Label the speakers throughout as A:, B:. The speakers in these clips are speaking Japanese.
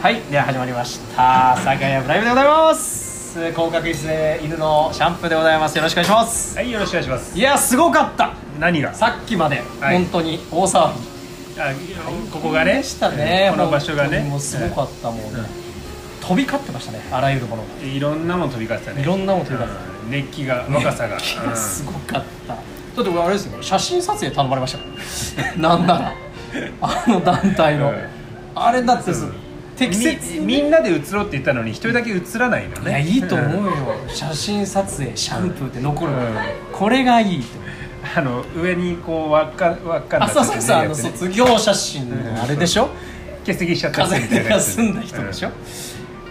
A: はいでは始まりました酒屋ブライブでございます広角椅子で犬のシャンプーでございますよろしくお願いします
B: はいよろしくお願いします
A: いやすごかった
B: 何が
A: さっきまで
B: はい
A: 本当に大騒ぎ
B: あここがね
A: でしたね
B: この場所が
A: 本当に
B: ね
A: もうすごかったもうね飛び交ってましたねあらゆるものが
B: いろんなもの飛び交ってたね
A: いろんなもの飛び交って
B: うん熱気が若さが
A: いやすごかっただって俺あれですよ写真撮影頼まれました からなんならあの団体の
B: うん
A: あれだって
B: うん
A: 適
B: み
A: 切に
B: みんなで映ろうって言ったのに一人だけ映らないの
A: いや
B: ね
A: いいと思
B: ん
A: うよ写真撮影シャンプーって残るの
B: うん
A: これがいいと
B: あの上にこう輪っか輪っかにな
A: あ
B: って
A: そ
B: て
A: うそうそうあの
B: やつね
A: 卒業写真のあれでしょ
B: 欠席しちゃった
A: 風
B: みた
A: 邪
B: い
A: で
B: なやつ
A: 休んだ人でしょ、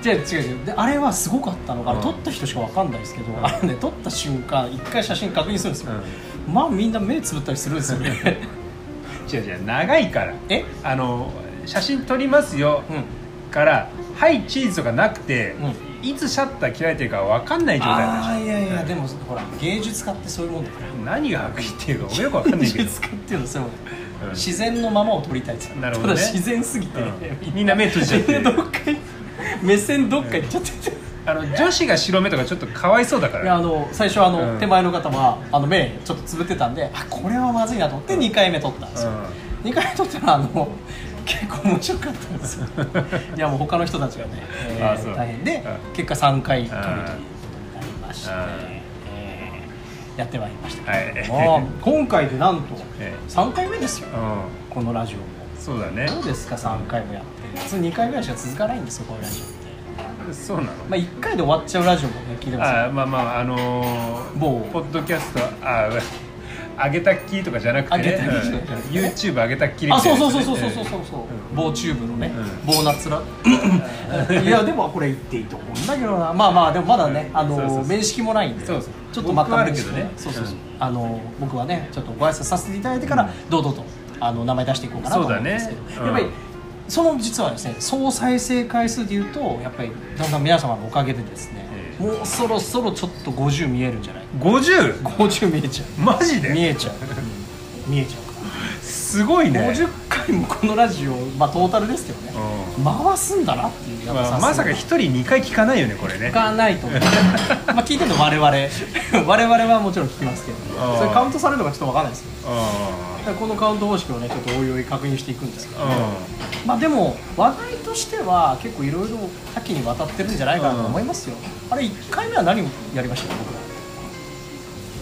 A: じゃあ違う違うであれはすごかったのがあれ
B: うん
A: 撮った人しかわかんないですけど、あのね撮った瞬間一回写真確認するんですよ、まあみんな目つぶったりするんですよ ね
B: うん違う違う長いから
A: え
B: あの写真撮りますよ
A: うん
B: から「はいチーズ」とかなくて
A: う
B: いつシャッター切られてるかわかんない状
A: ああ
B: 態
A: い
B: でし
A: やいやでもほら芸術家ってそういうもんだから
B: ょ何が悪意っていうか俺よくわかんな
A: 芸
B: い けど
A: 術家っていうのはそういうもんだから
B: うん
A: 自然のままを撮りたいです
B: なるほどね
A: ただ自然すぎて、
B: うんみんな目閉じちゃって
A: どっか行っ目線どっか行っちゃってて、
B: あの女子が白目とかちょっとかわいそうだか
A: いやあ
B: ら
A: の最初あの、
B: うん
A: 手前の方はあの目ちょっとつぶってたんであこれはまずいなと思って2回目撮ったんですよ、2回目撮ったらあの結構面白かったんですよ いやもう他の人たちがね、えー
B: あそう
A: 大変で、
B: う
A: 結果3回撮るということになりまして、
B: うん
A: えーやってまいりましたけれども、
B: はい
A: 今回でなんと
B: ええ
A: 3回目ですよ
B: うん
A: このラジオも
B: そうだね
A: どうですか3回もやって普通2回ぐらいしか続かないんですよこのラジオって、
B: そうなの
A: まあ、1回で終わっちゃうラジオもね聞いてますよ
B: あまあまああのー
A: 某
B: ポッドキャストあ上げたっきりとかじゃなくて
A: 上げ
B: ね
A: たっきりとかじゃなくてね
B: うん YouTube 上げたっきり
A: あ
B: みたい
A: そう
B: な
A: そ
B: や
A: う
B: つ
A: そう
B: ね
A: そうそうそうそう棒チューブのね、
B: う
A: 棒ナツラいやでもこれ言っていいと思うんだけどなまあまあでもまだね、
B: うん
A: あ
B: そうそうそ
A: の
B: う
A: 面識もないんで
B: そうそう
A: ちょっとま
B: 僕は
A: た
B: あるけどね
A: 面識もないそうそうそう、
B: うん
A: あの僕はねちょっとご挨拶させていただいてから、堂々とあの名前出していこうかなと
B: そ
A: 思
B: う
A: う
B: だ
A: ん
B: ね
A: ですけど、
B: うん
A: やっぱりその実はですね総再生回数でいうとやっぱりだんだん皆様のおかげでですね、
B: ええ
A: もうそろそろちょっと50見えるんじゃない
B: 50?
A: 50見えちゃう
B: マジ
A: 見
B: で
A: えちゃ う見えちゃうから
B: すごいね、
A: 50回もこのラジオ、まあ、トータルですけどね、回すんだなっていう
B: う
A: や
B: ん
A: っぱ
B: まあ、
A: さ
B: まさか1人2回聞かないよねこれね
A: 聞かないと思う まあ聞いてるの我々我々はもちろん聞きますけど
B: あー
A: それカウントされるのかちょっと分かんないですけど
B: う
A: だからこのカウント方式をねちょっとおいおい確認していくんですけど
B: んうん
A: まあでも話題としては結構いろいろ多岐にわたってるんじゃないかなと思いますよ、あれ1回目は何をやりました僕ら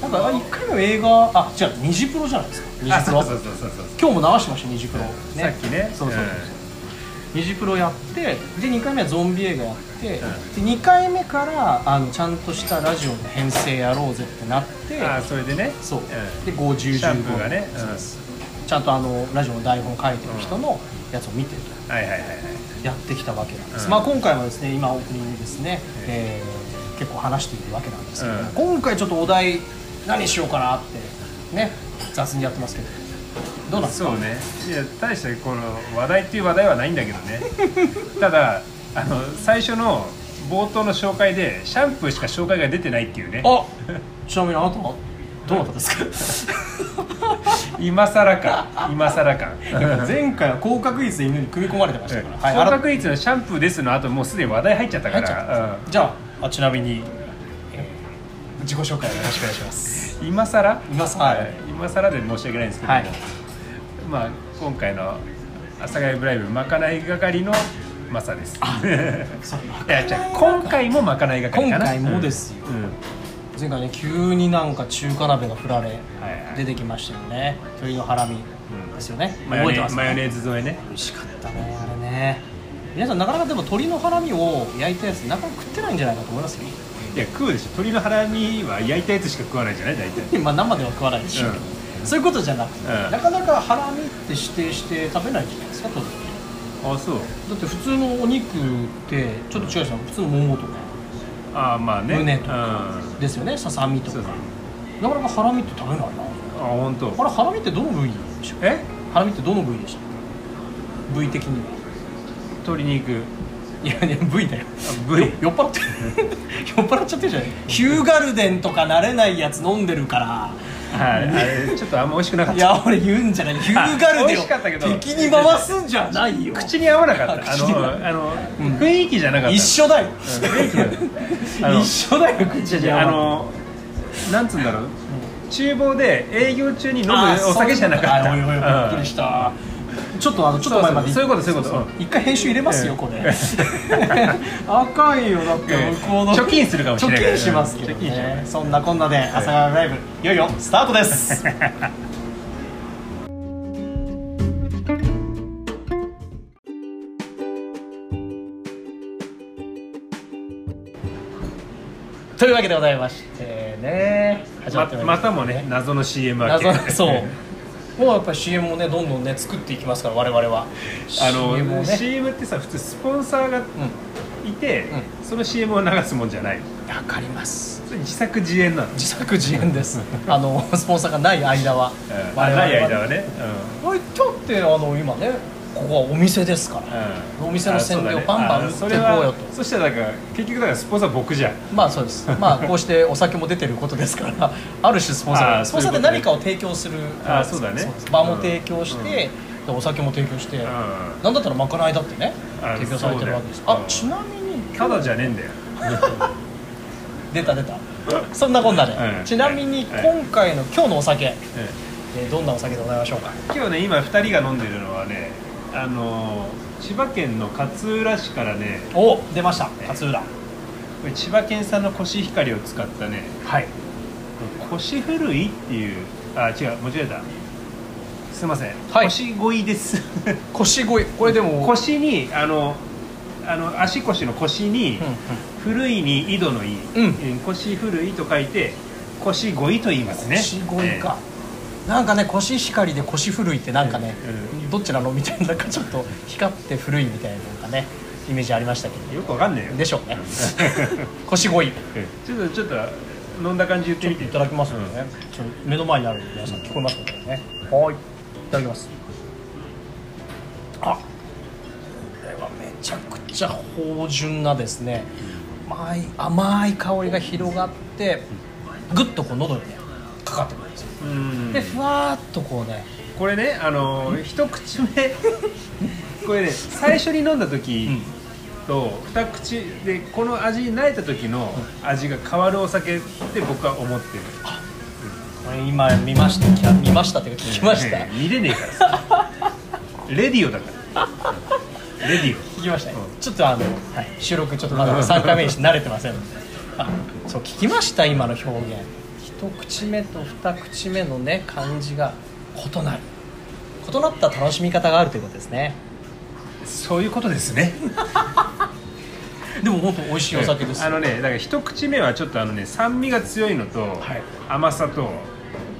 A: なんかあ1回目は映画あ違うニジプロじゃないですかニジ
B: あ
A: プ
B: そ
A: ロ
B: うそうそうそうそう
A: 今日も流してましたニジプロ、ね、
B: さっきね
A: そうそうそう、
B: うん
A: ニジプロやってで2回目はゾンビ映画やって、で
B: う
A: 2回目からあのちゃんとしたラジオの編成やろうぜってなって
B: あーそれでね
A: そうんで5015
B: シャンプーがね、うん、
A: ちゃんとあのラジオの台本書いてる人のやつを見てと
B: はいはいはいはい
A: やってきたわけなんです、
B: うん
A: まあ今回はですね今オープニングですね、
B: え
A: えー結構話しているわけなんですけど、
B: うん
A: 今回ちょっとお題何しようかなってね雑にやってますけどどうなんですか
B: そうねいや大してこの話題っていう話題はないんだけど ねただあの最初の冒頭の紹介でシャンプーしか紹介が出てないっていうね
A: あちなみにあなたはどなたですか
B: 今更か今更か
A: 前回は甲殻率で犬に組み込まれてましたから、改
B: 高
A: めて
B: 確率のシャンプーですの後もうすでに話題入っちゃったか
A: 入っち
B: ら、
A: じゃああちなみに、えー自己紹介をよろしくお願いします
B: うん今更
A: 今更
B: はい今更で申し訳ないんですけども、
A: はい
B: まあ今回の「阿佐ヶ谷ブライブまかない係」のマサです いやじゃあ今回もまかない係かな
A: 今回もですよ
B: うんうん
A: 前回ね急になんか中華鍋が振られ
B: はいはい
A: 出てきましたよね鶏のハラミ
B: ん
A: ですよね、
B: マ
A: 覚
B: ヨ
A: え
B: ネ
A: て
B: ー
A: ます
B: ズマヨネーズ添えね
A: 美味しかったねあれね皆さんなかなかでも鶏のハラミを焼いたやつなかなか食ってないんじゃないかと思いますよ
B: いや食うでしょ鶏のハラミは焼いたやつしか食わないじゃない大体
A: まあ生では食わないでしょうけど、そういうことじゃなくて、
B: うん
A: なかなかハラミって指定して食べないじゃないですか当然
B: あそう
A: だって普通のお肉ってちょっと違うじゃん普通のももとか
B: あまあね
A: 胸
B: う
A: と
B: ん、あ
A: ですよねささみとか
B: そうそう
A: なかなかハラミって食べないな
B: 本当
A: あれハラミってどの部位でしょ
B: え
A: ハラミってどの部位でした部位的には
B: 鶏肉
A: いやいや部位だよ
B: あ部位
A: 酔っ払 ってる酔っ払っちゃってるじゃないヒューガルデンとか慣れないやつ飲んでるから
B: はいあれちょっとあんま美味しくなかっ
A: い
B: た
A: や俺言うんじゃないヒューガルデ
B: 美味しかったけど
A: を敵に回すんじゃないよ
B: 口に合わなかったあ
A: 口に合わ
B: のあの、雰囲気じゃなかった
A: 一緒だよ
B: 雰囲気があの
A: 一緒だよ口に合わ
B: あ
A: ない
B: のなんつうんだろう厨房で営業中に飲む
A: あー
B: お酒じゃなかった
A: そういうことあおいおいびっくりしたちょっとあのちょっと前まで
B: そうそうそういうことそういうこと
A: 一回編集入れますよ
B: うん
A: これ あかんよだって向こうの
B: 貯金するかもしれない
A: 貯金しますけど
B: 貯金しま
A: ねそんなこんなで朝佐ヶ谷ライブいよいよスタートです というわけでございましてね始まってまいり
B: ま
A: ました
B: たもね謎の CM 明け
A: 謎のそうもうやっぱり CM をねどんどんね作っていきますから我々は
B: あの
A: CM を
B: CM,
A: ね
B: ってさ普通スポンサーがいて、その CM を流すもんじゃない
A: うんわかります
B: それ自作自演なの、
A: 自作自演です あのスポンサーがない間は
B: うん
A: 我々
B: 長い間はね、
A: はい今日ってあの今ねここはお店ですから
B: うんうん
A: お店の宣伝を
B: あそうだね
A: バンバン打っていこうよと
B: あそれはそしたらだから結局だからスポンサー僕じゃん
A: まあそう ですまあこうしてお酒も出てることですからある種スポンサー
B: あー
A: がスポンサーで
B: そうい
A: 何
B: うこ
A: か
B: と
A: を提供する
B: あーそうだね
A: です場も提供して、でお酒も提供して、
B: ん
A: なんだったらまかないだってね
B: あー
A: 提供されてるわけです
B: そうだよ
A: あちなみに今日
B: ただじゃねえんだよ
A: 出た出たそんなこんなで、
B: うん
A: ちなみに今回の今日のお酒、えーどんなお酒でございましょうか
B: 今日ね今2人が飲んでるのはねあのー千葉県の勝浦市からね
A: お出ました勝浦
B: これ千葉県産のコシヒカリを使ったね
A: はい
B: コシフルイっていうあ違う間違えたすいません、
A: はい
B: コシゴイです
A: 腰越えこれでも
B: 腰にあのあの足腰の腰に、古いに井戸の井、
A: うん
B: うん、腰古いと書いて腰ゴイと言いますね
A: 腰越えか、なんかね腰光で腰古いってなんかね、
B: うん
A: どっちなのみたいななんかちょっと光って古いみたいななんかねイメージありましたけ
B: えーよくわかんないよ
A: どでしょうね 腰越え
B: ちょっとちょっと飲んだ感じ言ってみて
A: いただきますのでね、ちょっと目の前にあるんで皆さん聞こえますのでねはいいただきますあこれはめちゃくちゃ芳醇なですね甘い甘い香りが広がってぐっとこう喉にねかかってくるんですよ
B: うんうん
A: でふわーっとこうね
B: これねあのー一口目 これね最初に飲んだ時
A: うん
B: と二口でこの味に慣れた時の味が変わるお酒って僕は思ってる
A: これ今見ましたきゃ見ましたっていうか聞きました
B: ええ見れねえからさ レディオだからレディ
A: 聞きました、ね
B: う
A: ちょっとあの、はい、収録ちょっとまだ3回目にして慣れてませんのであそう聞きました今の表現一口目と二口目のね感じが異なる異なった楽しみ方があるということですね
B: オそういうことですね
A: でも本当美味しいお酒です
B: あのねだから一口目はちょっとあのね酸味が強いのと、
A: い
B: 甘さと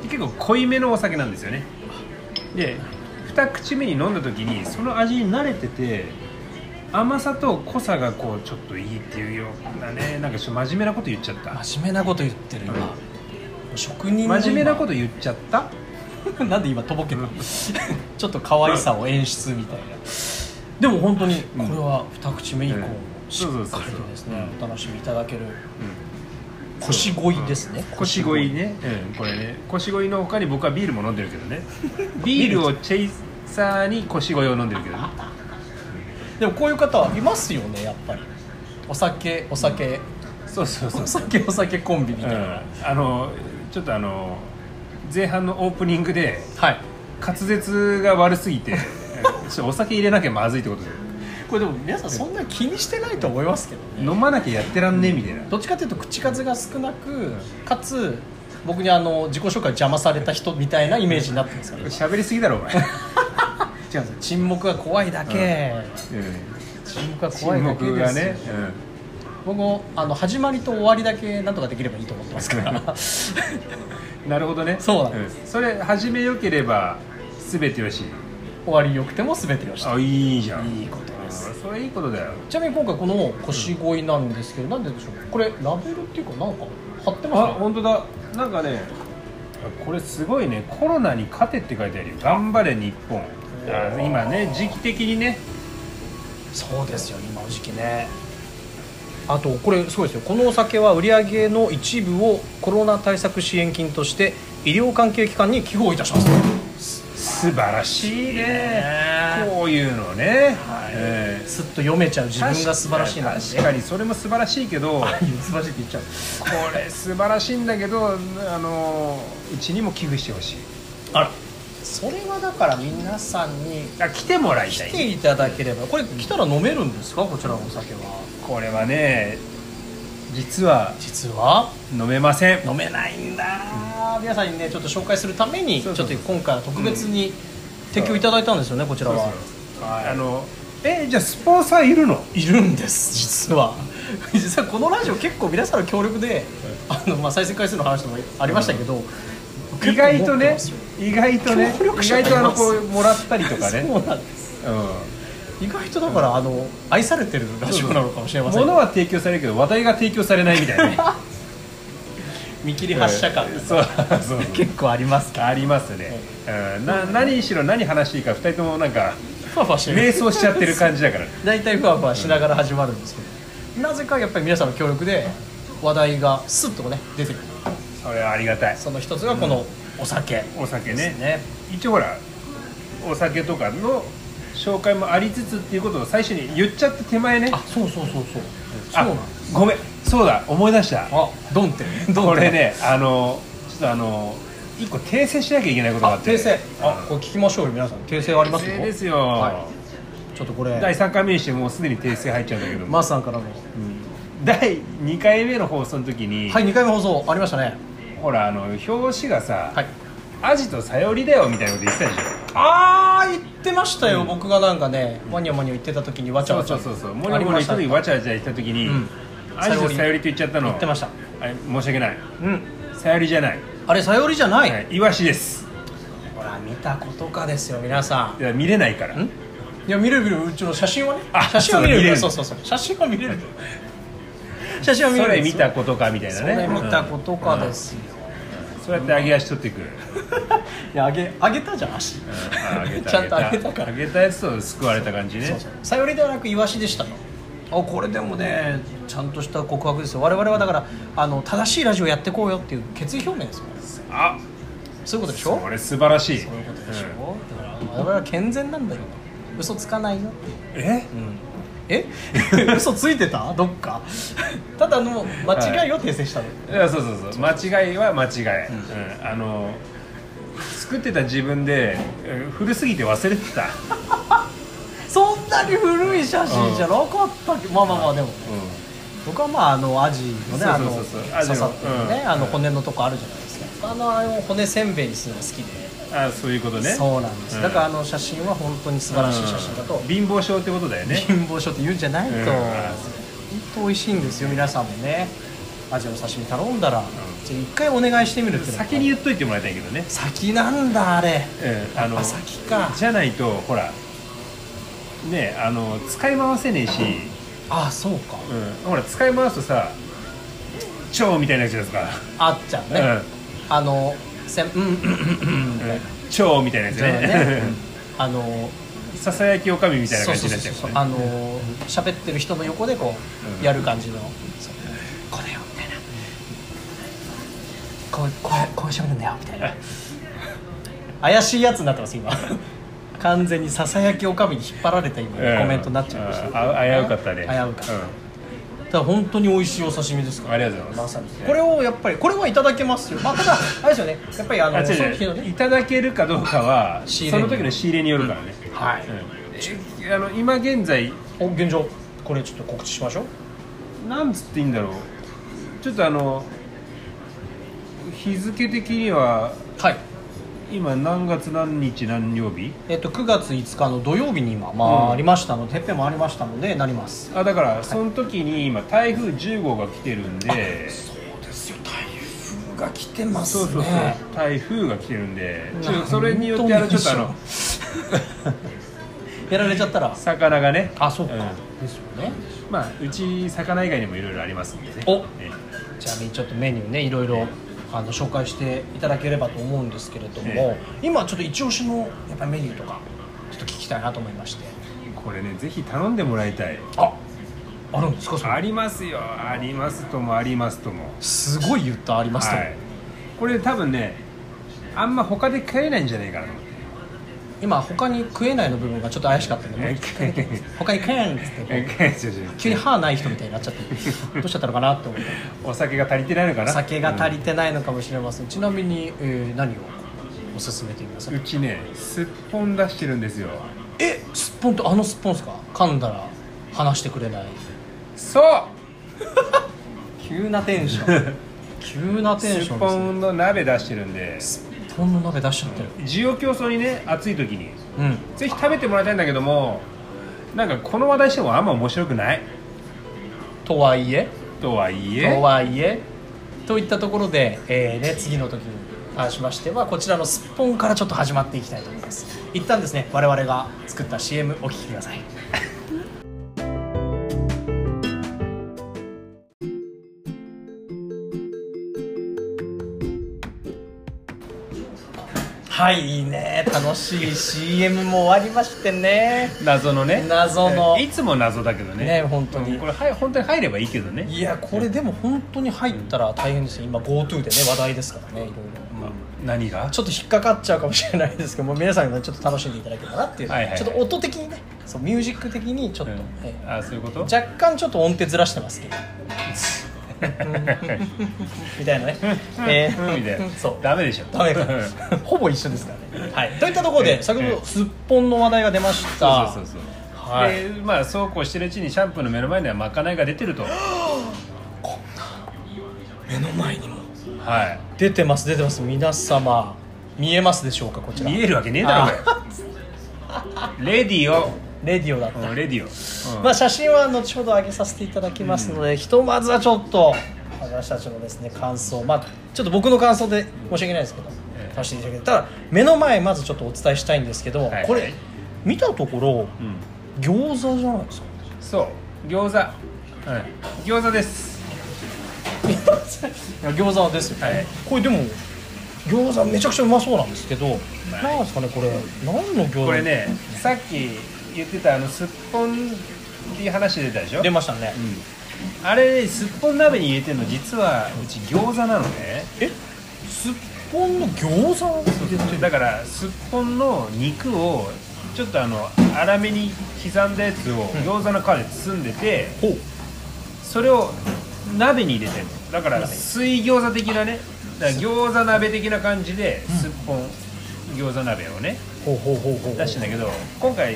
B: 結構濃いめのお酒なんですよねで二口目に飲んだ時にその味に慣れてて甘さと濃さがこうちょっといいっていうようなねなんかちょっと真面目なこと言っちゃった
A: 真面目なこと言ってる今、
B: うん
A: 職人の今
B: 真面目なこと言っちゃった
A: なんで今とぼけたのちょっと可愛さを演出みたいなでも本当にこれは二口目以降もしっ
B: そうそうそう
A: かりとですね
B: う
A: お楽しみいただける
B: うん
A: 腰
B: そう
A: 恋ですね
B: 腰ごいね、うん、これね腰ごいの他に僕はビールも飲んでるけど ねビールをチェイサーに腰ごいを飲んでるけどね
A: でもこういう方はいますよねやっぱりお酒お酒
B: そうそうそう
A: お酒お酒コンビみたいな、
B: うんあのちょっとあの前半のオープニングで
A: はい
B: 滑舌が悪すぎて ちょっとお酒入れなきゃまずいってことで
A: これでも皆さんそんな気にしてないと思いますけどね
B: 飲まなきゃやってらんねえみたいな、
A: どっちかというと口数が少なくかつ僕にあの自己紹介邪魔された人みたいなイメージになってますから今
B: 喋りすぎだろお 前、
A: 違うんですよ沈黙が怖いだけ、
B: うん
A: 沈黙が怖い
B: 沈
A: だけ
B: 黙
A: で
B: が
A: す
B: ね、
A: 僕もあの始まりと終わりだけなんとかできればいいと思ってますから 終
B: うんなるほどね
A: そうなんです
B: んそれ始めよければ全てよし
A: わりよくても全てよし
B: あいいじゃん
A: いいことです
B: あそれいいことだよ
A: ちなみに今回この腰恋なんですけど、なんででしょうこれラベルっていうかなんか貼って
B: あ
A: ますね
B: 本当だなんかねこれすごいねコロナに勝てって書いてあるよ頑張れ日本あ今ね時期的にね
A: そうですよ今の時期ねあとこれすごいですよこのお酒は売り上げの一部をコロナ対策支援金として医療関係機関に寄付をいたします
B: 素晴らしいね
A: こ
B: こういうのね、
A: うはい
B: えー
A: すっと読めちゃう自分が素晴らしいなって
B: 確かにそれも素晴らしいけど
A: 素晴らしいって言っちゃう
B: これ素晴らしいんだけどあのうちにも寄付してほしい
A: あらそれはだから皆さんに
B: あ来てもらいた
A: 来
B: い
A: ていただければこれ来たら飲めるんですかこちらのお酒は
B: これはね実は
A: 実は
B: 飲めません
A: 飲めないんだ、皆さんにねちょっと紹介するために
B: そうそうそ
A: ち
B: う
A: ょっと今回は特別に提供いただいたんですよねこちらは
B: そうそうあのえじゃあスポンサーいるの
A: いるんです実は 実はこのラジオ結構皆さんの協力で、あのまあ、再生回数の話でもありましたけど、
B: 意外とね意外とね
A: 協力
B: 意
A: 者
B: 外とあのこ
A: がいう
B: もらったりとかね
A: そうなんです
B: う
A: 意外とだから、あの愛されてるラジオなのかもしれま
B: ん
A: せん
B: 物は提供されるけど話題が提供されないみたいなね
A: 見切り発車感です、
B: そう そうそう
A: 結構ありますか
B: ありますね、うん、な何しろ何話していいか2人ともなんか
A: ふわふわして
B: 瞑
A: る
B: 想しちゃってる感じだからね
A: 大体ふわふわしながら始まるんですけど、なぜかやっぱり皆さんの協力で話題がスッとね出てくる
B: それはありがたい
A: その一つがこのお酒
B: お酒
A: です
B: ね
A: ね、
B: 一応ほらお酒とかの紹介もありつつっていうことを最初に言っちゃって手前ね
A: あそうそうそうそうそう
B: あ
A: なんです
B: ごめんそうだ思い出した
A: あドンってドン
B: これねあのちょっとあの一個訂正しなきゃいけないことがあ
A: あ
B: って
A: 訂正あこれ聞きましょうよ皆さん訂正あり
B: 訂
A: ますよ
B: 正ですよ、
A: はちょっとこ
B: 第
A: れ
B: 3回目にしてもうすでに訂正入っちゃうんだけど、
A: マースさんからの
B: うん第2回目の放送の時に、
A: はい2回目放送ありましたね
B: ほらあの表紙がさ、
A: はい
B: アジとサヨリだよみたいなこと言ってたでしょ
A: ああ言ってましたよ、僕がなんかねワニャワニャ言ってた時にわちゃ
B: そう
A: わち
B: そ
A: ゃ
B: うそうそうモニモニ行った時わちゃわちゃ行った時に、
A: うん
B: アジとサヨリと言っちゃったの
A: 言ってました
B: あれ申し訳ない
A: うん
B: サヨリじゃない、
A: あれさよりじゃない、
B: はいイワシです
A: ほら見たことかですよ皆さ
B: いや見れないから
A: んんいや見れる見れるうちの写真はね
B: あ
A: 写真は見れるよそ
B: そうう
A: そうそう写真は見れるよ写真は見れ
B: そ
A: る
B: れ
A: よ
B: 見たことかみたいな
A: そ
B: ね
A: れ見たことか
B: うんう
A: で
B: ん
A: すよ、
B: そうやって揚げ足取ってくる、
A: いやあげあげたじゃん足、
B: あ揚げた
A: ちゃんとあげたから
B: 揚げたやつと救われた感じね
A: そうそうさよりではなくイワシでしたよあこれでもねちゃんとした告白ですよ我々はだからあの正しいラジオやってこうよっていう決意表明ですよ
B: あ
A: そういうことでしょ
B: それ素晴らしい
A: そういうことでし
B: うん
A: ょ、だから我々は健全なんだよ嘘つかないよっていう
B: え
A: え 嘘ついてたどっか ただの間違いを訂正したの、
B: いやそうそうそう間違いは間違い、うんあの作ってた自分でうん古すぎて忘れてた、
A: そんなに古い写真じゃなかったけど、まあまあまあでも僕はまああのアジのね
B: そう
A: あ
B: そう
A: の
B: そう
A: 刺
B: そうアジの
A: さってるね、
B: うん
A: あの骨のとこあるじゃないですかあのあれを骨せんべいにするのが好きで、
B: あそういうことね
A: そうなんです、
B: うん
A: だからあの写真は本当に素晴らしい写真だと、
B: うん貧乏症ってことだよ ね
A: 貧乏症って言うんじゃないと、
B: うん
A: 本当美味しいんですよ皆さんもねアジの刺身頼んだら、じゃあ一回お願いしてみるっていうのが
B: 先に言っといてもらいたいけどね、
A: 先なんだあれ
B: うん、あの
A: あ先か
B: じゃないとほらねあの使い回せねえし、
A: あそうか
B: うん、ほら使い回すとさ「超」みたいなやつですか
A: あっちゃんね、
B: ら
A: あのせんうんうんうんうん
B: うんうん超」みたいなやつ
A: じゃあ
B: ね
A: ねあの
B: ささやきおかみみたいな
A: そう
B: 感じ
A: そうそ
B: にな
A: うそ
B: っちゃう
A: う
B: から
A: あ
B: ね
A: の喋ってる人の横でこ
B: う
A: うんやる感じのそうこれよみたいなこうこうこう喋るんだよみたいな怪しいやつになってます今完全にささやきおかみに引っ張られた今コ
B: うん
A: メントになっちゃいました
B: うんあ危うかった
A: 危
B: ね
A: うかった
B: うん
A: ただ本当に美味しいお刺身ですから
B: ありがとうございます
A: さにこれをやっぱりこれはいただけますよまあただあれですよねやっぱりあ
B: あ
A: の
B: 違
A: そうの日の
B: 違うい
A: ね
B: ただけるかどうかは
A: 仕入
B: そ
A: れに
B: の時の仕入れによるからね、
A: はい
B: うんえあの今現在
A: お現状これちょっと告知しましょう
B: なんつっていいんだろうちょっとあの日付的には
A: はい
B: 今何月何日何曜日
A: えっと9月5日の土曜日に今まありましたので、てっぺんもありましたのでなります
B: あだからその時に今台風10号が来てるんで
A: そうですよ台風が来てま
B: そうそうそう台風が来てるんでちょっとそれによって
A: な
B: あ
A: ん
B: の
A: と
B: ち
A: も
B: ょっとあの
A: やられちゃったら
B: 魚がね
A: あそうか、
B: ん
A: ですよね
B: まあうち魚以外にもいろいろありますんでね
A: お
B: え
A: ちなみにちょっとメニューねいろいろあの紹介していただければと思うんですけれども、
B: え
A: 今ちょっと一押しのやっぱりメニューとかちょっと聞きたいなと思いまして
B: これねぜひ頼んでもらいたい
A: ああるんですかそれ
B: ありますよありますともありますとも
A: すごい言ったありますと、
B: はいこれ多分ねあんま他で食えないんじゃないかなと 思って
A: 今他に食えないの部分がちょっと怪しかったんでもう一回だけ他に食えないんですけど急に歯ない人みたいになっち ゃってどうしちゃったのかなって思って
B: お酒が足りてないのかな
A: 酒が足りてないのかもしれませんちなみに、えー何をおすすめと言います
B: うんうちねすっぽん出してるんですよ
A: えすっぽんとあのすっぽんですか噛んだら話してくれない
B: そう
A: 急なテンション 急なテン
B: すっ
A: ション
B: ぽ
A: で
B: んの鍋出してるんです
A: ねすっぽんの鍋出しちゃってる
B: 需要競争にね暑い時に
A: うん
B: ぜひ食べてもらいたいんだけどもなんかこの話題してもあんま面白くない
A: とはいえ
B: とはいえ
A: とはいえといったところで、えーね、次の時に関しましてはこちらのすっぽんからちょっと始まっていきたいと思います一旦ですね我々が作った CM お聞きくださいはいね楽しい CM も終わりましてね
B: 謎のね
A: 謎の
B: えいつも謎だけどね
A: ね本当に
B: うんこれはい本当に入ればいいけどね
A: いやこれでも本当に入ったら大変ですよ今 GoTo でね話題ですからねいろいろ
B: まあ何が
A: ちょっと引っかかっちゃうかもしれないですけどもう皆さんがちょっと楽しんでいただけたらなっていう、
B: はいはいはい
A: ちょっと音的にねそうミュージック的にちょっと、
B: うん
A: え
B: あそういうこと
A: え若干ちょっと音程ずらしてますけど みたいなね、ええ
B: うんみたいな
A: そう
B: ダメでしょ
A: ダメか
B: うん
A: ほぼ一緒ですからね、はい、といったところで、
B: ええ
A: 先ほ
B: え
A: どすっぽんの話題が出ました
B: そうそうそうそう
A: はい
B: でまあそうこうしてるうちにシャンプーの目の前にはまかないが出てるとは
A: 目の前にも
B: い
A: 出てます出てます皆様見えますでしょうかこちら
B: 見えるわけねえだろ
A: あ
B: おいレディオ
A: レディオだった、
B: うんレディオうん
A: まあ、写真は後ほど上げさせていただきますので、ひとまずはちょっと私たちのですね感想、まあ、ちょっと僕の感想で申し訳ないですけど
B: ええ
A: させていただけたらめの前まずちょっとお伝えしたいんですけど、
B: はい
A: これ見たところ
B: うん
A: 餃子じゃないですか
B: そう餃子はい餃子です
A: いや餃子ですよ、
B: はい
A: これでも餃子めちゃくちゃうまそうなんですけど、なんですかねこれ何の餃子
B: これねさっき言ってたあのすっぽんっていう話出たでしょ
A: 出ましたね、
B: うんあれすっぽん鍋に入れてるの実はうち餃子なのね
A: えすっぽんの餃子を入れてる
B: だからすっぽんの肉をちょっとあの粗めに刻んだやつを餃子の皮で包んでて、
A: ほう
B: それを鍋に入れてるのだから水餃子的なねだから餃子鍋的な感じですっぽん餃子鍋をね
A: ほうほうほうほう
B: 出してんだけど今回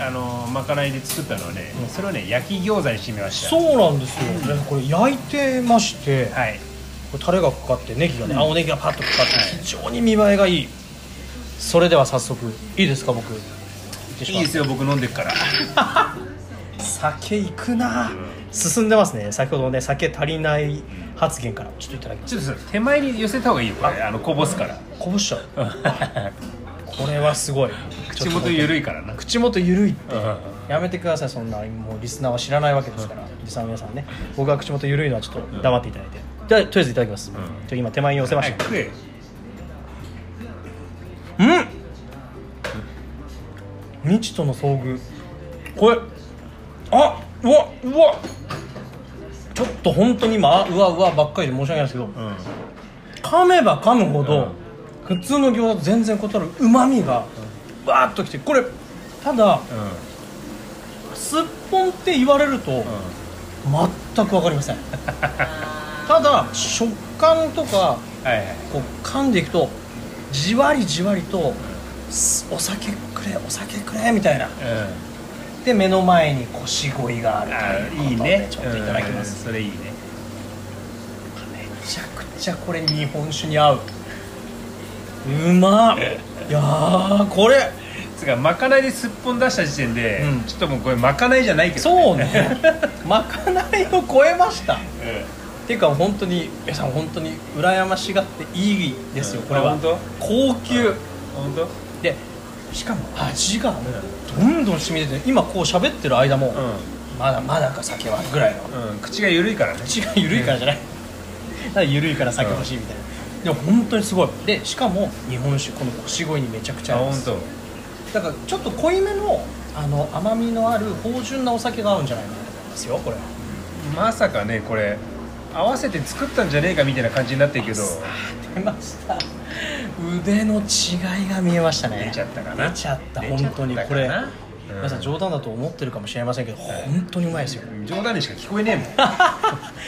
B: あのまかないで作ったのはねそれをね焼き餃子にしてみました
A: そうなんですよ、これ焼いてまして、
B: はい
A: これタレがかかってネギがね、
B: うん
A: 青ネギがパッとかかって
B: はい
A: 非常に見栄えがいいそれでは早速いいですか僕いってし
B: い
A: ま
B: い
A: っ
B: ですよ僕飲んでっから
A: 酒いくな、
B: ん
A: 進んでますね先ほどのね酒足りない発言からちょっといただきます
B: ちょっとさ手前に寄せた方がいいよこれあのこぼすから
A: こぼしちゃうこれはすごい
B: 口元
A: ゆ
B: 緩いからな
A: 口元ゆるい
B: うん
A: やめてくださいそんなもうリスナーは知らないわけですからリスナーの皆さんね僕が口元ゆるいのはちょっと黙っていただいて、じゃあとりあえずいただきます、
B: ん
A: じゃあ今手前に寄せまし
B: は
A: た、
B: い食え
A: 未知との遭遇これあうわうわちょっと本当に今あうわうわばっかりで申し訳ないですけど
B: うん
A: 噛めば噛むほど、普通の餃子と全然異なるうまみがわーっときてこれただ
B: うん
A: すっぽんって言われると、全く分かりませんただ食感とか
B: はいはい
A: こう噛んでいくとじわりじわりとすお酒くれお酒くれみたいな
B: う
A: で目の前に腰ごいがある
B: んあ
A: ということで
B: いいね
A: ちょっといただきます、
B: うんそれいいね
A: めちゃくちゃこれ日本酒に合ううまっいやーこれ
B: つうかまかないですっぽん出した時点で
A: うん
B: ちょっともうこれまかないじゃないけど
A: そうね まかないを超えましたっ
B: う
A: ていうか本当に皆さん本当に羨ましがっていいですよ
B: うん
A: これは
B: あ本
A: 高級
B: ん本当
A: でしかも味がねどんどん染み出て今こう喋ってる間も、まだまだか酒はぐらいの
B: うんうん口が緩いからね
A: 口が緩いからじゃない、ただ緩いから酒欲しいみたいな、でも本当にすごいでしかも日本酒この腰越にめちゃくち
B: あ
A: ゃ合いま
B: 本
A: すだ
B: 当
A: からちょっと濃いめのあの甘みのある芳醇なお酒が合うんじゃないかなと思いますよこれは
B: まさかねこれ合わせて作ったんじゃねえかみたいな感じになってるけど
A: 出ました腕の違いが見えましたね
B: 出ちゃったかな
A: 出ちゃった
B: 出ちゃった
A: 本当にこれ
B: かなうん
A: 皆さん冗談だと思ってるかもしれませんけど本当にうまいですよ、
B: 冗談にしか聞こえねえもん
A: ま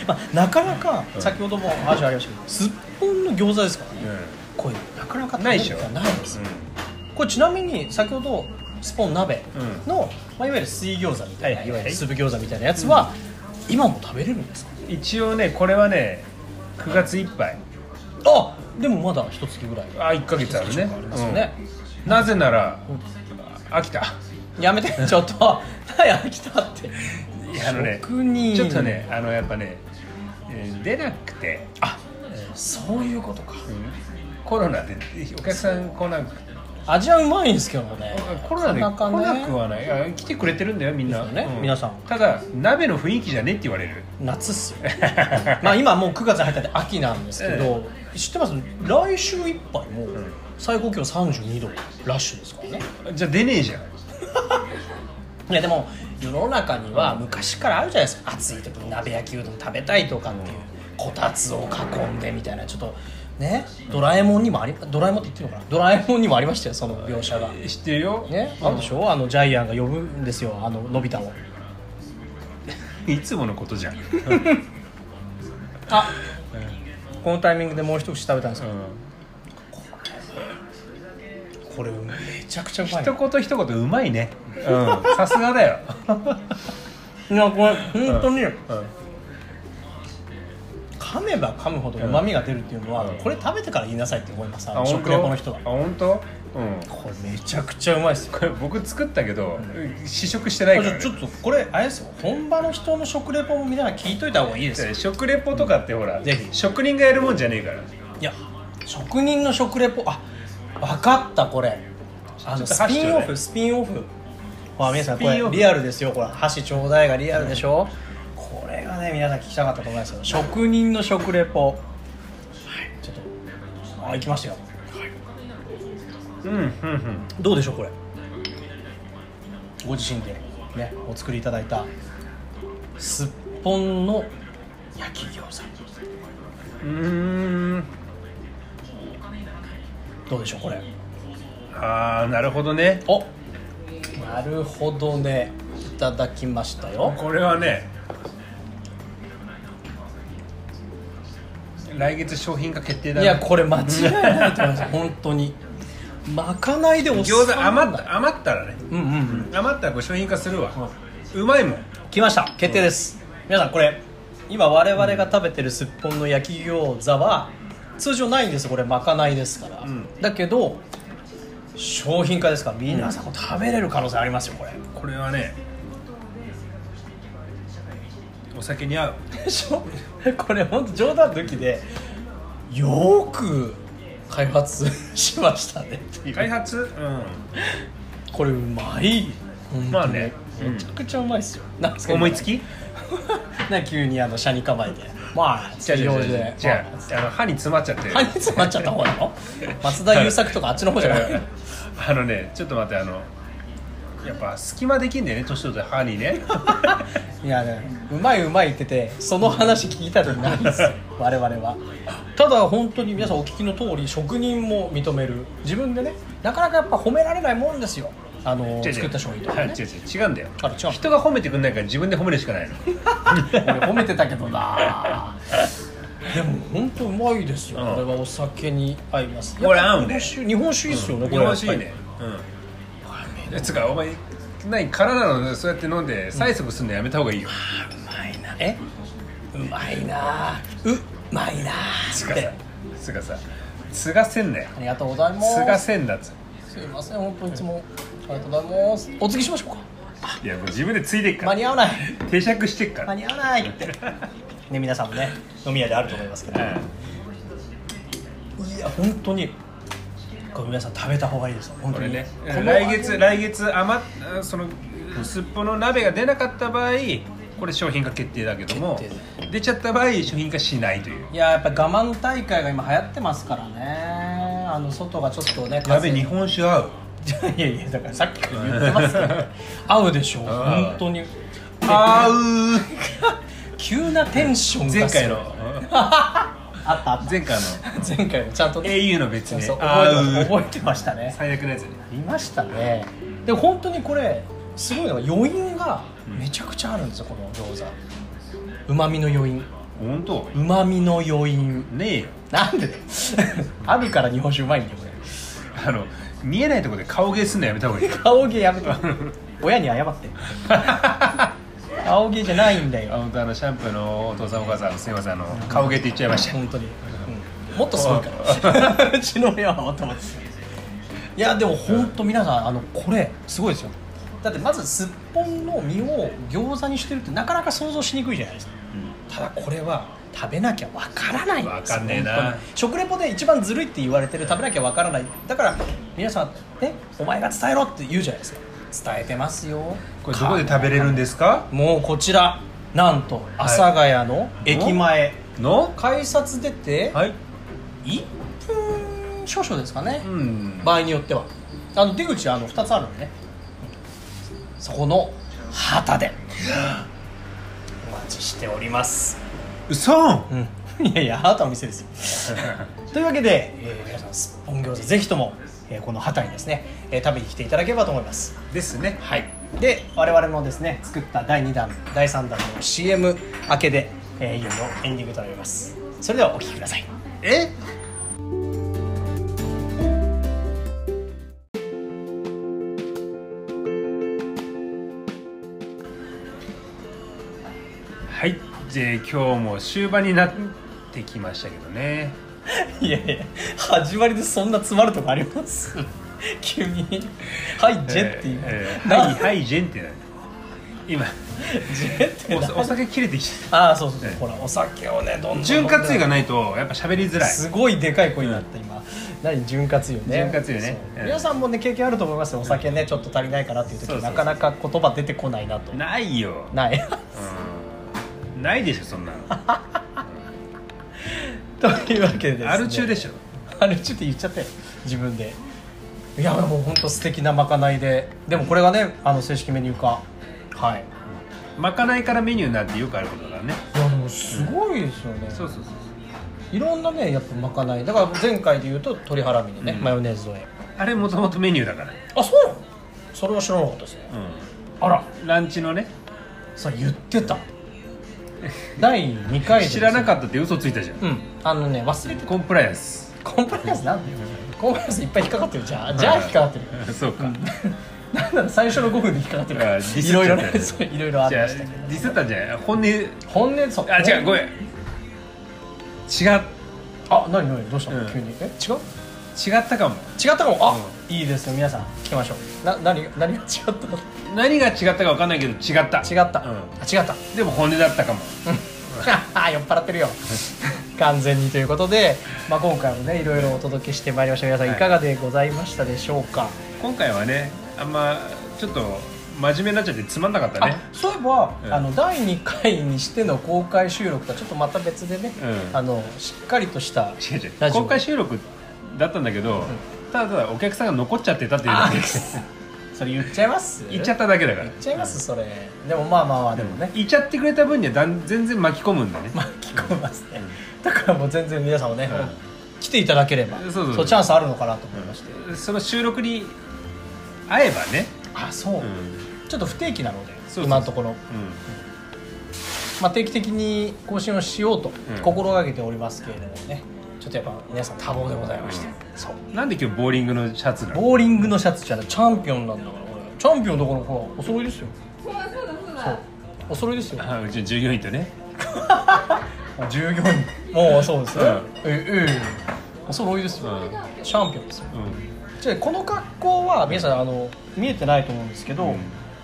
A: あ、なかなか
B: うん
A: 先ほども話ありましたけどすっぽんの餃子ですからね
B: う
A: これなかなか
B: ないでしょ
A: 食べることはないですよこれちなみに先ほどスポン鍋の、まあ、いわゆる水餃子みたいな、
B: はいいはいはい
A: わゆる粒餃子みたいなやつは、今も食べれるんですか
B: ん一応ねこれはね9月いっぱい
A: あでもまだ一月ぐらい
B: あ1か月あるね
A: ありますよね、
B: うんなぜなら飽きた
A: や めてちょっとはい飽きたって
B: いやあのね
A: 職人
B: ちょっとねあのやっぱねえー出なくて
A: あそういうことか
B: コロナでお客さん来なく
A: 味はうまいんですけどもね
B: コロナで
A: なか
B: 来
A: なかね
B: なくはないいや来てくれてるんだよみんな
A: ですよね皆さん
B: ただ鍋の雰囲気じゃねって言われる
A: 夏っす よまあ今もう9月入ったんで秋なんですけど、知ってます来週いっぱいもう最高気温32度ラッシュですからね
B: じゃあ出ねえじゃん
A: いやでも世の中には昔からあるじゃないですか暑い時に鍋焼きうどん食べたいとかっていう、こたつを囲んでみたいなちょっとねドラえもんにもありドラえもんって言ってるのかなドラえもんにもありましたよその描写が
B: 知ってるよ
A: ね
B: うん
A: あるでしょあのジャイアンが呼ぶんですよあののび太を
B: いつものことじゃん
A: あこのタイミングでもう一口食べたんですけ
B: う
A: どこれめちゃくちゃうまい
B: ん、一言一言うまいね、うん、さすがだよ、
A: いやこれ本当に
B: うん
A: 噛めば噛むほどうまみが出るっていうのは
B: うん
A: これ食べてから言いなさいって思いますあ
B: あ
A: の
B: 本
A: 食
B: 当
A: レポの人は
B: あ本当うん
A: これめちゃくちゃうまいですよ
B: これ僕作ったけど、試食してないから、ね、
A: ちょっとこれあれですよ本場の人の食レポもみんな聞いといた方がいいですよ
B: 食レポとかってほら、
A: ぜひ
B: 職人がやるもんじゃねえから
A: いや職人の食レポあ分かったこれあの
B: ちょっと
A: ス
B: 箸
A: ピ
B: ちょう
A: ン
B: だ
A: オ
B: い
A: フスピンオフまあ皆さんこ
B: スピ
A: れ
B: ンオフ
A: リアルですよこれ箸ちょうだいがリアルでしょ、これがね皆さん聞きたかったと思いますよ職人の食レポはいちょっとあ行きましたよ
B: うんうんうん
A: どうでしょうこれご自身でねお作りいただいたすっぽんの焼き餃子
B: うーん
A: どうでしょうこれ
B: ああなるほどね
A: おなるほどねいただきましたよ
B: これはね来月商品化決定だ
A: い
B: ね
A: やこれ間違いないと思います 本当にまかないでおっ
B: 餃子
A: さんなん
B: 余
A: だ
B: った余ったらね
A: うんうんうん
B: 余ったらこれ商品化するわ、うまいもん
A: 来ました決定です、皆さんこれ今我々が食べてるすっぽんの焼き餃子は通常ないんですこれまかないですから、
B: ん
A: だけど商品化ですから皆さんも食べれる可能性ありますよこれ
B: これはねお酒に合う
A: しょ これ本当冗談抜きでよーく開発しましたねっていう
B: 開発うん
A: これうまい本当に
B: まあねうん
A: めちゃくちゃうまいですよ、なんですか
B: 思いつき
A: な急にあのシャに構えてまあ
B: 違う違う違う
A: 用事
B: 違う
A: で
B: 違うあの歯に詰まっちゃって る
A: 歯に詰まっちゃった方なの松田優作とかあっちの方じゃない
B: あのねちょっと待ってあのやっぱ隙間できんだよね年取って歯 にね
A: いやねうまいうまい言っててその話聞きたくないんです よ我々はただ本当に皆さんお聞きの通り職人も認める自分でねなかなかやっぱ褒められないもんですよあの
B: 違う違う
A: 作った商品 とか
B: は
A: ね
B: い違う違う違うんだよ
A: あれ違うの
B: 人が褒めてくんないから自分で褒めるしかないの
A: 俺褒めてたけどなでも本当うまいですよ、
B: うん
A: これはお酒に合います
B: これ合うね
A: やっぱ日本酒日本酒いいっすよね、こ
B: 日
A: れやっ
B: 本
A: ぱ
B: 酒い
A: り
B: いねうんつうかお前何体のそうやって飲んで催促するのやめた方がいいよ、
A: うまいなえうまいなうまいな
B: つ
A: っ
B: か
A: て
B: さつかさつがせんなよ
A: ありがとうございま
B: つが
A: す
B: せんだっつ
A: すいません本当いつもありがとうございますお次しましょう
B: いやもう自分でついてっ
A: か間
B: から
A: に合わない
B: 定着してっか
A: 間
B: ら
A: に合わないってね皆さんもね飲み屋であると思いますけど、いや本当にこれ皆さん食べた方がいいですよ
B: う
A: 本
B: んこ
A: 当
B: れ
A: に
B: ね
A: この
B: 来月来月余っそのすっぽの鍋が出なかった場合これ商品化決定だけども
A: 決
B: 出ちゃった場合商品化しないという
A: いややっぱ我慢大会が今流行ってますからねあの外がちょっとね
B: やべ
A: 風
B: 日本酒合う
A: いやいやだからさっきから言ってますけど 合うでしょう
B: あー
A: 本当に
B: 合う
A: 急なテンションが
B: 前回の
A: あったあった
B: 前回の
A: 前回もちゃんと
B: au の別
A: そう
B: 名
A: そう
B: あ
A: 覚えて
B: ー
A: 覚えてましたね
B: 最悪のやつね
A: ありましたねで本当にこれすごいのが余韻がめちゃくちゃあるんですよこの餃子うまみの余韻
B: 本当
A: うまみの余韻
B: ねえよ
A: なんでだよ あるから日本酒うまいんだよこれ
B: あの見えないとこで顔芸すんのやめた方がいい
A: 顔芸やめて親に謝って顔芸じゃないんだよ
B: あ本当あのシャンプーのお父さんお母さんすいませんあの顔芸って言っちゃいました
A: 本当に、うんもっとすごいから うちの親はもっともっとすごいいやでも本当皆さんあのこれすごいですよだってまずすっぽんの身を餃子にしてるってなかなか想像しにくいじゃないですかただこれは食べなきゃわからないです
B: わかんねえな
A: 本当に食レポで一番ずるいって言われてる食べなきゃわからないだから皆さんねお前が伝えろって言うじゃないですか伝えてますよ
B: これどこで食べれるんですか
A: もうこちらなんと阿佐ヶ谷の駅前、
B: の
A: 改札出て
B: はい
A: 1分少々ですかね、
B: うん
A: 場合によってはあの出口あの2つあるんでねそこの旗でお待ちしております
B: うそ
A: うん、 いやいや、あなたの店ですよ。というわけで、えー皆さん、すっぽん餃子、ぜひとも、えーこのハタにですね、えー食べに来ていただければと思います。
B: ですね
A: はい、で、我々のですね、作った第2弾、第3弾の CM 明けで、えーいよいよエンディングとなります。それではお聴きください。
B: えはいで今日も終盤になってきましたけどね
A: いやいや、始まりでそんな詰まるとこあります 急に、はい、ジェって言う。
B: えーえー
A: な
B: はいはいジェンってなる今
A: ジェってな
B: おお酒切れてきて
A: ああ、そうそうそう、
B: ええ
A: ほら、お酒をね、どんどんどんどん。
B: 潤滑油がないとやっぱ喋りづらい
A: すごいでかい声になった、今何潤滑油ね
B: 潤滑油ね
A: そう
B: うん
A: 皆さんもね経験あると思いますよお酒ねちょっと足りないかなっていう時
B: そうそうそう
A: なかなか言葉出てこないなと
B: ないよ
A: ない
B: うんないでしょそんなの
A: というわけでです、ね、
B: アル中でしょ
A: アル中って言っちゃったよ自分でいやもう本当素敵なまかないででもこれがねあの正式メニュー化はい
B: まかないからメニューなんてよくあることだからね
A: いやでもすごいですよね、
B: そうそうそう
A: いろんなねやっぱまかないだから前回で言うと鶏ハラミにね、
B: うん
A: マヨネーズ添え
B: あれもともとメニューだから、
A: あそうなのそれは知らなかったですねあら
B: ランチのね
A: さ言ってた第2回で
B: 知らな
A: っ
B: かったって嘘ついたじゃん
A: たうんあのね忘れて
B: コンプライアンス
A: コンプライアンスなんだよコンプライアンスいっぱい引っかかってるじゃあじゃあ引っかかってる
B: るそうか、
A: なんなの最初の5分で引っかかってるから
B: あディスっ
A: い
B: ちゃ
A: ろ
B: っ
A: い
B: た
A: ろ
B: よ
A: ねそういろいろあり
B: じゃあ
A: ま
B: デ
A: したけど
B: ィスったんじゃない本音あ違
A: 本音そう
B: うごめん違う
A: あ何何どうしたの、
B: うん
A: 急にえ違う
B: 違ったかも
A: 違ったかもあ、いいですよ皆さん聞きましょうな何が何が違ったの違
B: 何が違ったか分かんないけど違った
A: った、あ
B: うん
A: 違った
B: でも本音だったかも
A: あ酔っ払ってるよ 完全にということで、まあ、今回もねいろいろお届けしてまいりました皆さんい
B: はい
A: かがでございましたでしょうか、
B: 今回はねあんまちょっと真面目になっちゃってつまんなかったね
A: あそういえば、
B: うん
A: あの第2回にしての公開収録とはちょっとまた別でね、
B: うん
A: あのしっかりと した
B: 違う違う
A: ラジオ
B: 公開収録だったんだけど、ただただお客さんが残っちゃってたっていうだ
A: あ
B: け
A: それ言っちゃいます
B: 言っちゃ
A: っ
B: っただけだから
A: ちゃいますそれでもまあまあまあでもね、
B: 言っちゃってくれた分にはだん全然巻き込むんだね、
A: 巻き込み ますね、だからもう全然皆さんもね、
B: うん
A: 来ていただければ
B: そうそうそう
A: チャンスあるのかなと思いまして、
B: その収録に会えばね、
A: あそう、ちょっと不定期なので
B: そうそう
A: 今のところ、
B: う
A: まあ、定期的に更新をしようと
B: うん、
A: 心がけておりますけれどもね、ちょっとやっぱ皆さん多忙でございまして、そうん
B: なんで今日ボーリングのシャツなの
A: ボーリングのシャツじゃないチャンピオンなんだからこれチャンピオンだからほらお揃いですよ
C: そうだそうだそう
A: そう
C: だ。
A: お揃いですよ
B: あうちの従業員とね
A: 従業員もうそうですね、
B: うん
A: えええお揃いですよ、
B: うん
A: チャンピオンですよ
B: うん
A: じゃあこの格好は皆さんあの見えてないと思うんですけど、
B: うん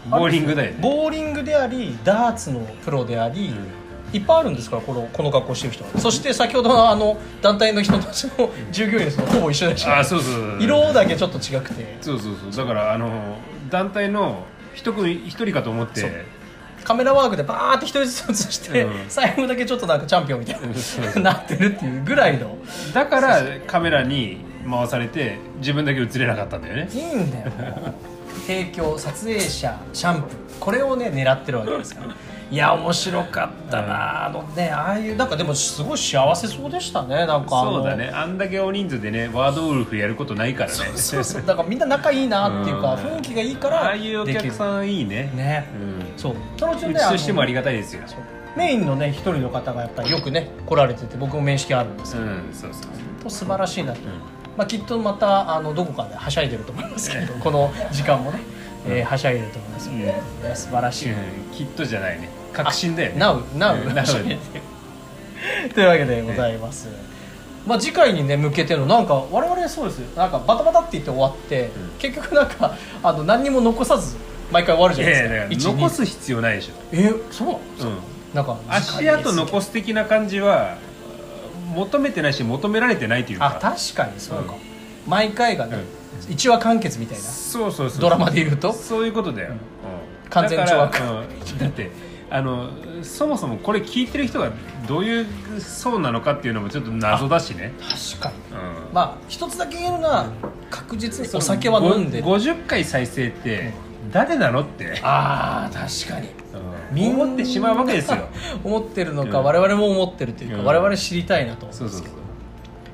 B: ボーリングだよね
A: ボーリングでありダーツのプロであり、いっぱいあるんですからこのこの格好してる人はそして先ほどのあの団体の人たちの従業員の人とほぼ一緒でした
B: あそうそう
A: 色だけちょっと違くて
B: そうそうそうだからあの団体の一組一人かと思って
A: カメラワークでバーって一人ずつ映して、
B: うん
A: 最後だけちょっとなんかチャンピオンみたい
B: う ん
A: ななってるっていうぐらいの
B: だからカメラに回されて自分だけ映れなかったんだよね
A: いいん だよもう提供撮影者シャンプーこれをね狙ってるわけですから
B: いや面白かったな、あの
A: ねああいうなんかでもすごい幸せそうでしたねなんかあの
B: そうだねあんだけ大人数でねワードウルフやることないからね
A: そうそうだからみんな仲いいなっていうか
B: うん
A: 雰囲気がいいから
B: ああいうお
A: でき
B: 客
A: る
B: さんいいね
A: ね
B: うん
A: そうそのうち
B: う
A: ね
B: ちとしてもあり
A: が
B: がたいですよ
A: メインのね一人の方がやっぱりよくね来られてて僕も面識あるんですけど、
B: うんそうそうそう
A: と素晴らしいなと、
B: うん
A: まあ、きっとまたあのどこかではしゃいでると思いますけどこの時間もね、えーはしゃいでると思いますので、ね素晴らしい、
B: うんきっとじゃないね確信だよね
A: なうなう
B: うん
A: なうというわけでございます、まあ、次回に、ね、向けてのなんか我々そうですよなんかバタバタって言って終わって、
B: ん
A: 結局なんかあの何にも残さず毎回終わる
B: い
A: じゃない
B: やいや
A: で
B: だ
A: す
B: か
A: から
B: 残す必要ないでし
A: 1 2えそうなの
B: ょ、うん、
A: なんか
B: 足跡
A: す
B: 残す的な感じは求めてないし求められてないという
A: あ
B: か
A: 確かにそうか、毎回がね、一話完結みたいな
B: そうそうそう
A: ドラマで言うと
B: そういうことだよ、うん
A: 完全懲悪
B: だから、うんだってあのそもそもこれ聞いてる人がどういう層なのかっていうのもちょっと謎だしね、
A: 確かに
B: うん
A: まあ一つだけ言えるのは確実にお酒は飲んでる
B: ご50回再生って誰なのって、
A: あー確かにみんな
B: 思ってしまうわけですよ
A: 思ってるのか、
B: うん
A: 我々も思ってるというか、
B: うん
A: 我々知りたいなと思うん
B: そう
A: です
B: そう
A: けど
B: そ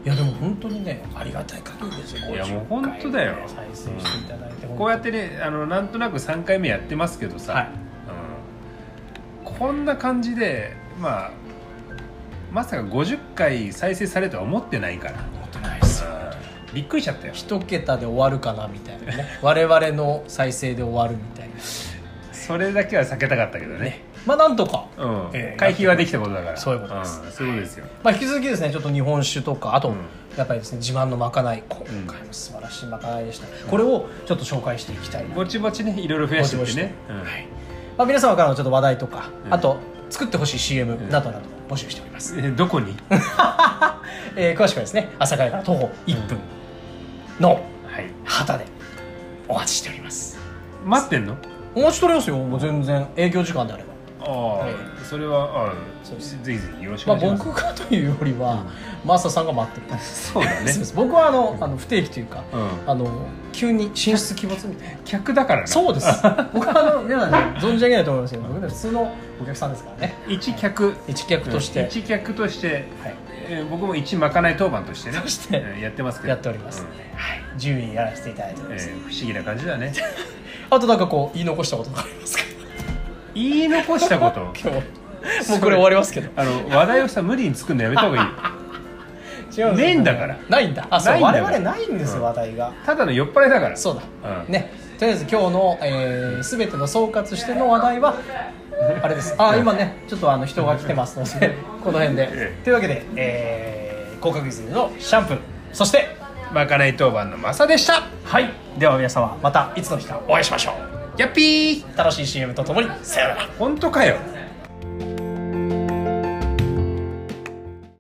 A: いやでも本当にねありがたい限りですよ
B: ういやもう
A: 50回
B: 本当だよ
A: 再生していただいて、
B: うこうやってねあのなんとなく3回目やってますけどさ、
A: はい
B: うんこんな感じでまあまさか50回再生されるとは思ってないから
A: 本当ないですよ
B: うんびっくりしちゃったよ
A: 一桁で終わるかなみたいなね 我々の再生で終わるみたいな
B: それだけは避けたかったけどね、
A: まあなんとか
B: うん
A: ええ
B: 回避はできたことだから
A: そういうことです
B: んそういうことですよ
A: まあ、引き続きですねちょっと日本酒とかあと、
B: うん
A: やっぱりですね自慢のまかない今回も素晴らしいまかないでした、これをちょっと紹介していきたいな、
B: ぼちぼちねいろいろ増やしてってね
A: ぼちぼちはいまあ、皆様からのちょっと話題とか、
B: うん
A: あと作ってほしい CM
B: ん
A: などなど募集しております、
B: うんえどこに
A: えー詳しくはですね朝会から徒歩1分の
B: はい
A: 旗でお待ちしております
B: 待ってんの
A: お待ちしておりますよもう全然営業時間であれば
B: ああ、
A: はい
B: それはああ
A: そうです
B: ぜひぜひよろしく
A: ま
B: お
A: あ、
B: 願いします、
A: 僕がというよりは、マーサさんが待ってる、
B: そうだね
A: そうです僕はあのあの不定期というか、
B: うん
A: あの急に進出鬼没みた いな
B: 客だからね
A: そうです 僕はあの皆さんね存じ上げないと思いますけど僕ね普通のお客さんですからね
B: 一客
A: 一客として、
B: うん一客として、
A: はい
B: えー僕も一まかない当番としてね
A: そして
B: うんやってますけど
A: やっております
B: うん
A: ので、はい、自由にやらせていただいており
B: え
A: ます、
B: ー不思議な感じだね
A: あとなんかこう言い残したことがありますか
B: 言い残したこと
A: 今日もうこれ終わりますけど
B: あの話題をさ無理に作るのやめた方がいいよ
A: 違うです
B: ねえんだから
A: ないんだあそう
B: ないんだから
A: 我々ないんですよ、
B: うん
A: 話題が
B: ただの酔っ払いだから
A: そうだ、
B: うん
A: ねとりあえず今日の、えー、全ての総括しての話題はあれですあ今ねちょっとあの人が来てますのでこの辺で
B: ええ
A: というわけで、えー、高確率のシャンプーそして
B: まかない当番のマサでした
A: はいでは皆様またいつの日かお会いしましょう
B: やっぴー
A: 楽しい CM とともにさようなら
B: 本当かよ